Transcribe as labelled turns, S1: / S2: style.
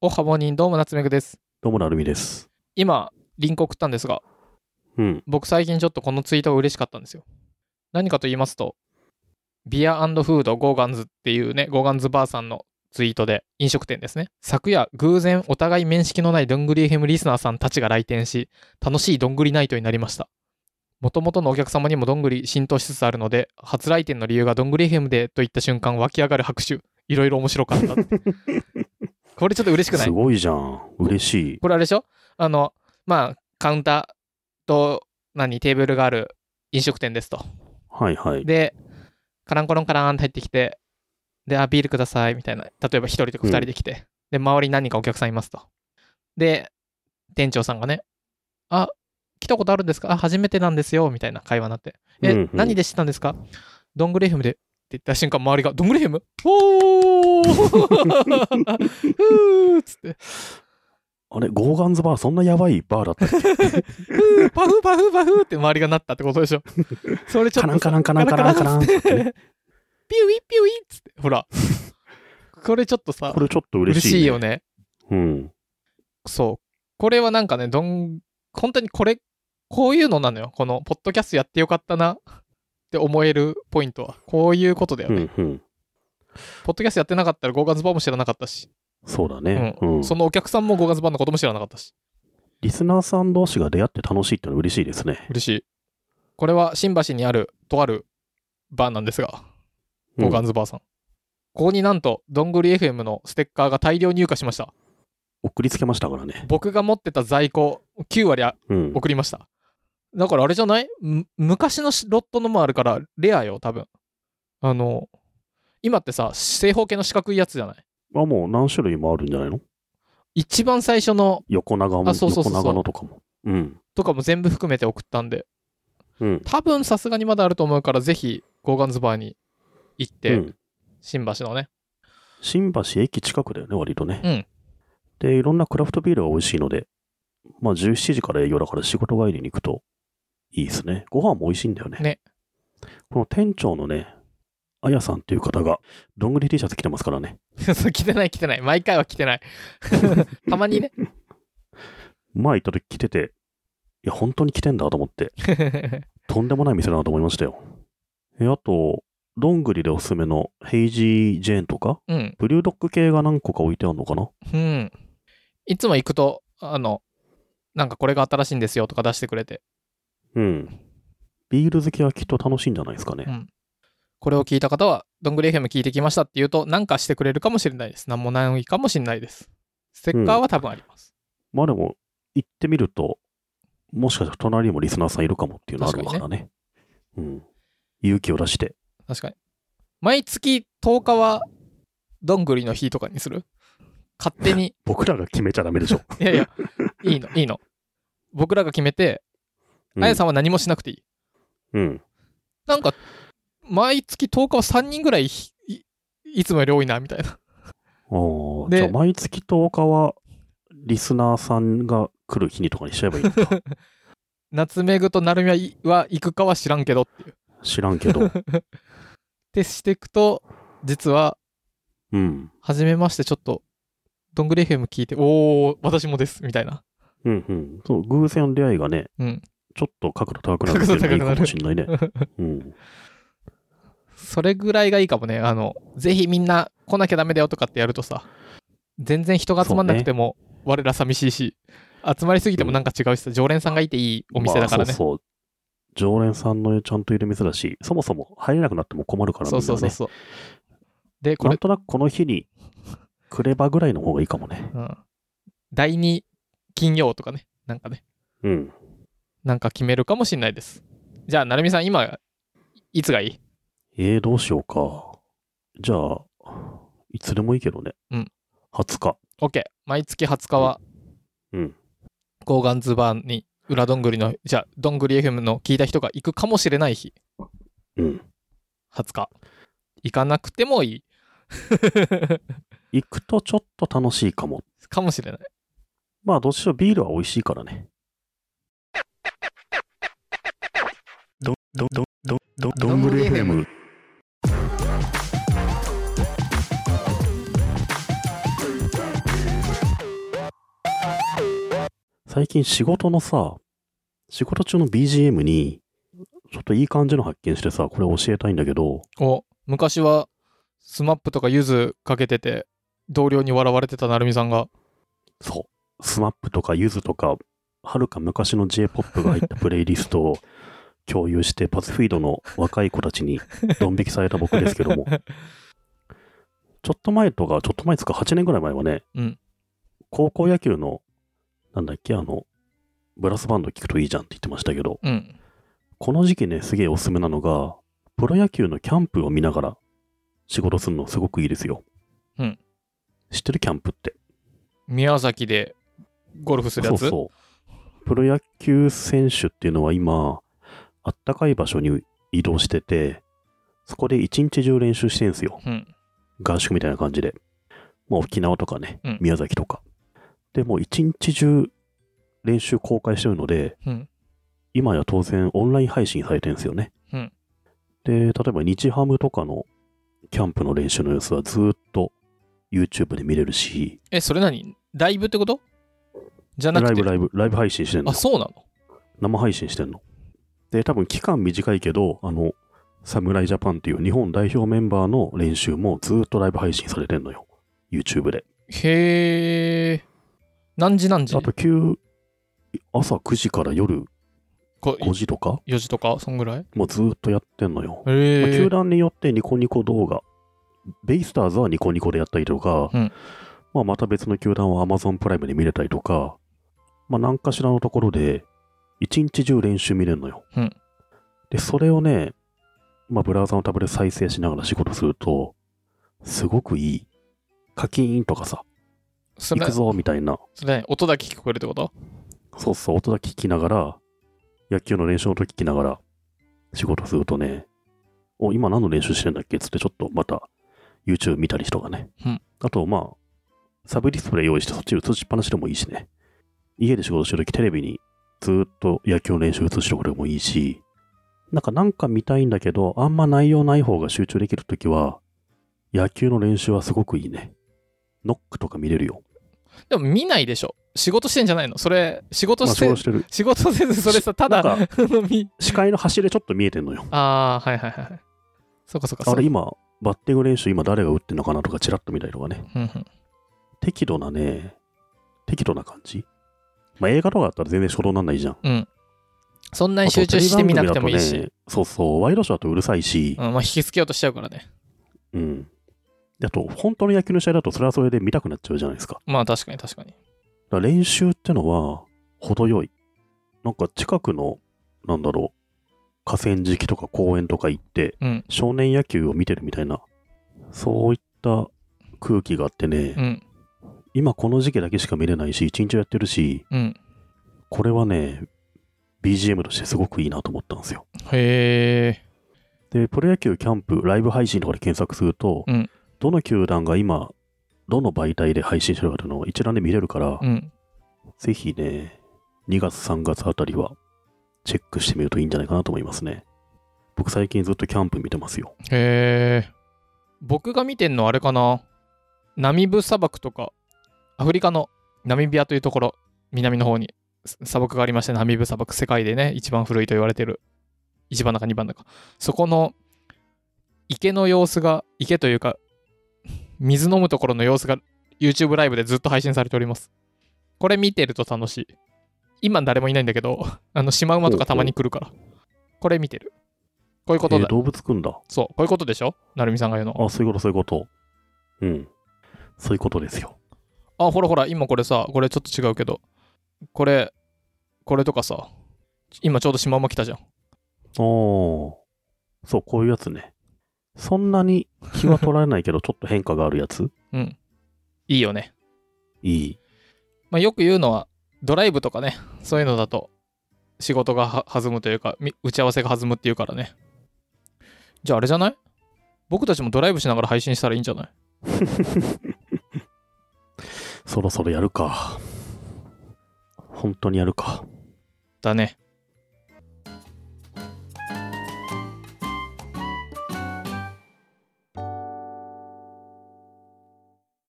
S1: おはモニンどうも夏目くです。
S2: どうもなるみです。
S1: 今、リンク送ったんですが、
S2: うん。
S1: 僕最近ちょっとこのツイートが嬉しかったんですよ。何かと言いますと、ビアフードゴーガンズっていうね、ゴーガンズバーさんのツイートで、飲食店ですね。昨夜、偶然お互い面識のないどんぐり FM リスナーさんたちが来店し、楽しいどんぐりナイトになりました。もともとのお客様にもどんぐり浸透しつつあるので、初来店の理由がどんぐり FM でといった瞬間湧き上がる拍手。いろいろ面白かったって。これちょっと嬉しくない
S2: すごいじゃん。嬉しい。
S1: これあれでしょあの、まあ、カウンターと、何、テーブルがある飲食店ですと。
S2: はいはい。
S1: で、カランコロンカランって入ってきて、で、あ、ビールくださいみたいな。例えば1人とか2人で来て、で、周りに何人かお客さんいますと。で、店長さんがね、あ、来たことあるんですかあ、初めてなんですよ、みたいな会話になって。え、
S2: うんうん
S1: 何で知ったんですかどんぐり FM で。って言った瞬間、周りが、どんぐり FM? お ーふーっつって。
S2: あれ、ゴーガンズバー、そんなやばいバー だったっ
S1: ふうパフパフパフって周りがなったってことで しょ。それち
S2: け
S1: ょっ
S2: カ
S1: と
S2: ランカランカランカランカラン
S1: カラン
S2: ってね
S1: ピュイピュイっつって、ほら。これちょっとさ
S2: こ、れちょっと嬉
S1: 嬉
S2: しい、ね。
S1: しいよ。ね。
S2: うん。
S1: そう。これはなんかね、どん、本当にこれ、こういうのなのよ。この、ポッドキャストやってよかったなって思えるポイントは、こういうことだよ
S2: う
S1: ね。
S2: んうん。
S1: ポッドキャストやってなかったら、5月版も知らなかったし、
S2: そうだ
S1: う
S2: ね。うん
S1: ん。そのお客さんも5月版のことも知らなかったし、
S2: リスナーさん同士が出会って楽しいってのは嬉しいですね。
S1: 嬉しい。これは新橋にある、とあるバーなんですが、ゴーガ
S2: ン
S1: ンズバーさん。ここになんと、どんぐり FM のステッカーが大量入荷しました。
S2: 送りつけましたからね。
S1: 僕が持ってた在庫、9割あ
S2: うん。
S1: 送りました。だからあれじゃないむ昔のロットのもあるから、レアよ、多分。あの、今ってさ、正方形の四角いやつじゃない
S2: あ、もう何種類もあるんじゃないの
S1: 一番最初の
S2: 横長も、
S1: あそうそうそうそう
S2: 横長のとかも。うん。
S1: とかも全部含めて送ったんで、
S2: うん。
S1: 多分さすがにまだあると思うから、ぜひ、ゴーガンズバーに行って、
S2: うん
S1: 新橋のね。
S2: 新橋駅近くだよね、割とね。
S1: うん
S2: で、いろんなクラフトビールが美味しいので、まあ17時から営業だから仕事帰りに行くといいですね。ご飯も美味しいんだよね。
S1: ね
S2: この店長のね、あやさんっていう方が、どんぐり T シャツ着てますからね。
S1: そう来てない来てない。毎回は来てない。 たまにね。
S2: 前行った時着てて、いや、本当に着てんだと思って、とんでもない店だなと思いましたよ。え、あと、どんぐりでおすすめのヘイジージェーンとか、
S1: うん。
S2: ブリュードッグ系が何個か置いてあるのかな
S1: うん。いつも行くと、あの、なんかこれが新しいんですよとか出してくれて、
S2: うん。ビール好きはきっと楽しいんじゃないですかね。
S1: うんこれを聞いた方は、どんぐり FM 聞いてきましたって言うと、なんかしてくれるかもしれないです。なんもないかもしれないです。ステッカーは多分あります。
S2: まあでも、行ってみると、もしかしたら隣にもリスナーさんいるかもっていうのあるからね。うん。勇気を出して。
S1: 確かに。毎月10日は、どんぐりの日とかにする勝手に。
S2: 僕らが決めちゃダメでしょ。
S1: いやいや、いいの、いいの。僕らが決めて、 あやさんは何もしなくていい。
S2: うん。
S1: なんか、毎月10日は3人ぐらいひいいつもより多いな、みたいな。
S2: うん、ああ、
S1: で
S2: じゃあ毎月10日は、リスナーさんが来る日にとかにしちゃえばいいの か。
S1: 夏目具となるみはいは行くかは知らんけどっていう。っ
S2: 知らんけど。
S1: てしていくと、実は、
S2: うん。
S1: 初めましてちょっと、どんぐり FM 聞いて、おー、私もです、みたいな。
S2: うんうん。そう、偶然の出会いがね、
S1: うん。
S2: ちょっと角度高くなるっていうのがいいかもしんないね。うん。
S1: それぐらいがいいかもね。あの、ぜひみんな来なきゃダメだよとかってやるとさ、全然人が集まんなくても、我ら寂しいし、集まりすぎてもなんか違うしさ、常連さんがいていい お店だから
S2: まあ
S1: ね。
S2: そうそう。常連さんのちゃんといる店だし、そもそも入れなくなっても困るから
S1: そうそうそう
S2: ね。
S1: そう。で、こ
S2: なん
S1: れ、
S2: となくこの日にくればぐらいの方がいいかもね。
S1: うん。第2金曜とかね、なんかね。
S2: うん。
S1: なんか決めるかもしれないです。じゃあ、なるみさん、今、いつがいい
S2: えー、どうしようか。じゃあ、いつでもいいけどね。
S1: うん。
S2: 20日。
S1: ?OK。毎月20日は、
S2: うん。
S1: ゴーガンズバーに、裏どんぐりの、じゃあ、どんぐり FM の聞いた人が行くかもしれない日、
S2: うん。
S1: 20日。行かなくてもいい。
S2: 行くとちょっと楽しいかも。
S1: かもしれない。
S2: まあ、どっちしろビールは美味しいからね。ど、ど、ど、ど、ど、
S1: どんぐり
S2: FM。最近仕事のさ、仕事中の BGM に、ちょっといい感じの発見してさ、これ教えたいんだけど、
S1: お昔はスマップとかゆずかけてて同僚に笑われてた成美さんが
S2: そう、スマップとかゆずとか、はるか昔の J-POP が入ったプレイリストを 共有して、パスフィードの若い子たちに ドン引きされた僕ですけども、ちょっと前とか、ちょっと前ですか、8年ぐらい前はね、
S1: うん
S2: 高校野球の、なんだっけ、あの、ブラスバンド聞くといいじゃんって言ってましたけど、
S1: うん
S2: この時期ね、すげえおすすめなのが、プロ野球のキャンプを見ながら仕事するのすごくいいですよ。
S1: うん。
S2: 知ってるキャンプって。
S1: 宮崎でゴルフするやつ
S2: そうそう。プロ野球選手っていうのは今、あったかい場所に移動してて、そこで一日中練習してるんですよ。
S1: うん、
S2: 合宿みたいな感じで。まあ、沖縄とかね、
S1: うん
S2: 宮崎とか。でもう一日中練習公開してるので、
S1: うん
S2: 今や当然オンライン配信されてるんですよね。
S1: うん
S2: で、例えば日ハムとかのキャンプの練習の様子はずーっと YouTube で見れるし、
S1: えそれ何ライブってことじゃな
S2: ラ
S1: く
S2: イ
S1: て
S2: ブライブ、ライブ配信してんの
S1: あ。そうなの
S2: 生配信してんの。で、多分期間短いけど、あの、侍ジャパンっていう日本代表メンバーの練習もずーっとライブ配信されてんのよ。YouTube で。
S1: へえ何時何時
S2: あと9、朝9時から夜
S1: こ
S2: 5時とか、
S1: 4時とかそんぐらい
S2: もうずーっとやってんのよ。まあ
S1: へ
S2: 球
S1: え
S2: 団によってニコニコ動画、ベイスターズはニコニコでやったりとか、
S1: うん
S2: まあ、また別の球団は Amazon プライムで見れたりとか、まあ、何かしらのところで、一日中練習見れるのよ。
S1: うん
S2: で、それをね、まあ、ブラウザのタブで再生しながら仕事すると、すごくいい。カキーンとかさ、
S1: そ
S2: 行
S1: れ
S2: くぞみたいな、
S1: それ何音だけ聞こえるってこと
S2: そうそう、音だけ聞きながら、野球の練習の音聞きながら、仕事するとね、お、今何の練習してんだっけつって、ちょっとまた、YouTube 見たりとかね。
S1: うん
S2: あと、まあ、サブディスプレイ用意して、そっち映しっぱなしでもいいしね。家で仕事してるとき、テレビにずーっと野球の練習映しておくでもいいし、なんか、なんか見たいんだけど、あんま内容ない方が集中できるときは、野球の練習はすごくいいね。ノックとか見れるよ。
S1: でも見ないでしょ仕事してんじゃないのそれ仕事
S2: まあ、
S1: し
S2: 仕
S1: て、
S2: 事してる。
S1: 仕事せずそれさただ
S2: なん
S1: 見
S2: 視界の端でちょっと見えてんのよ。
S1: ああはいはいはいはいそうかそうか
S2: あ
S1: そ
S2: れ
S1: う
S2: 今、バッティング練習今誰が打ってんのかなとかチラッと見たりとかね。
S1: うんうん
S2: 適度なね、適度な感じ。まあ映画とかだったら全然初動になんないじゃん。
S1: うんそんなに集中して見なくてもいい
S2: あとテレビ番組だ
S1: し、
S2: とね。そうそう、ワイドショーだとうるさいし
S1: う、んまあ、引きつけようとしちゃうからね
S2: うん。であと、本当の野球の試合だとそれはそれで見たくなっちゃうじゃないですか。
S1: まあ確かに確かに
S2: だから練習ってのは、程よい。なんか近くの、なんだろう、河川敷とか公園とか行って、
S1: うん
S2: 少年野球を見てるみたいな、そういった空気があってね、
S1: うん
S2: 今この時期だけしか見れないし、一日やってるし、
S1: うん
S2: これはね、BGM としてすごくいいなと思ったんですよ。
S1: へえ
S2: で、プロ野球キャンプ、ライブ配信とかで検索すると、
S1: うん
S2: どの球団が今、どの媒体で配信してるかというのを一覧で見れるから、
S1: うん
S2: ぜひね、2月3月あたりはチェックしてみるといいんじゃないかなと思いますね。僕最近ずっとキャンプ見てますよ。
S1: へえ僕が見てんのあれかなナミブ砂漠とかアフリカのナミビアというところ南の方にす砂漠がありましてナミブ砂漠世界でね一番古いと言われてる一番だか二番だかそこの池の様子が池というか水飲むところの様子が YouTube ライブでずっと配信されておりますこれ見てると楽しい今誰もいないんだけどあのシマウマとかたまに来るからこれ見てるこういうこと
S2: え
S1: だ
S2: ー動物くんだ。
S1: そう、こういうことでしょなるみさんが言うの。
S2: あ、そういうこと、そういうこと。うん。そういうことですよ。
S1: あ、ほらほら、今これさ、これちょっと違うけど、これ、これとかさ、今ちょうどシマウマ来たじゃん。
S2: ああ。そう、こういうやつね。そんなに気は取られないけど、ちょっと変化があるやつ
S1: うん。いいよね。
S2: いい。
S1: まあ、よく言うのは、ドライブとかね、そういうのだと、仕事がは弾むというか、み打ち合わせが弾むっていうからね。じゃああれじゃない僕たちもドライブしながら配信したらいいんじゃない
S2: そろそろやるか。本当にやるか。
S1: だね。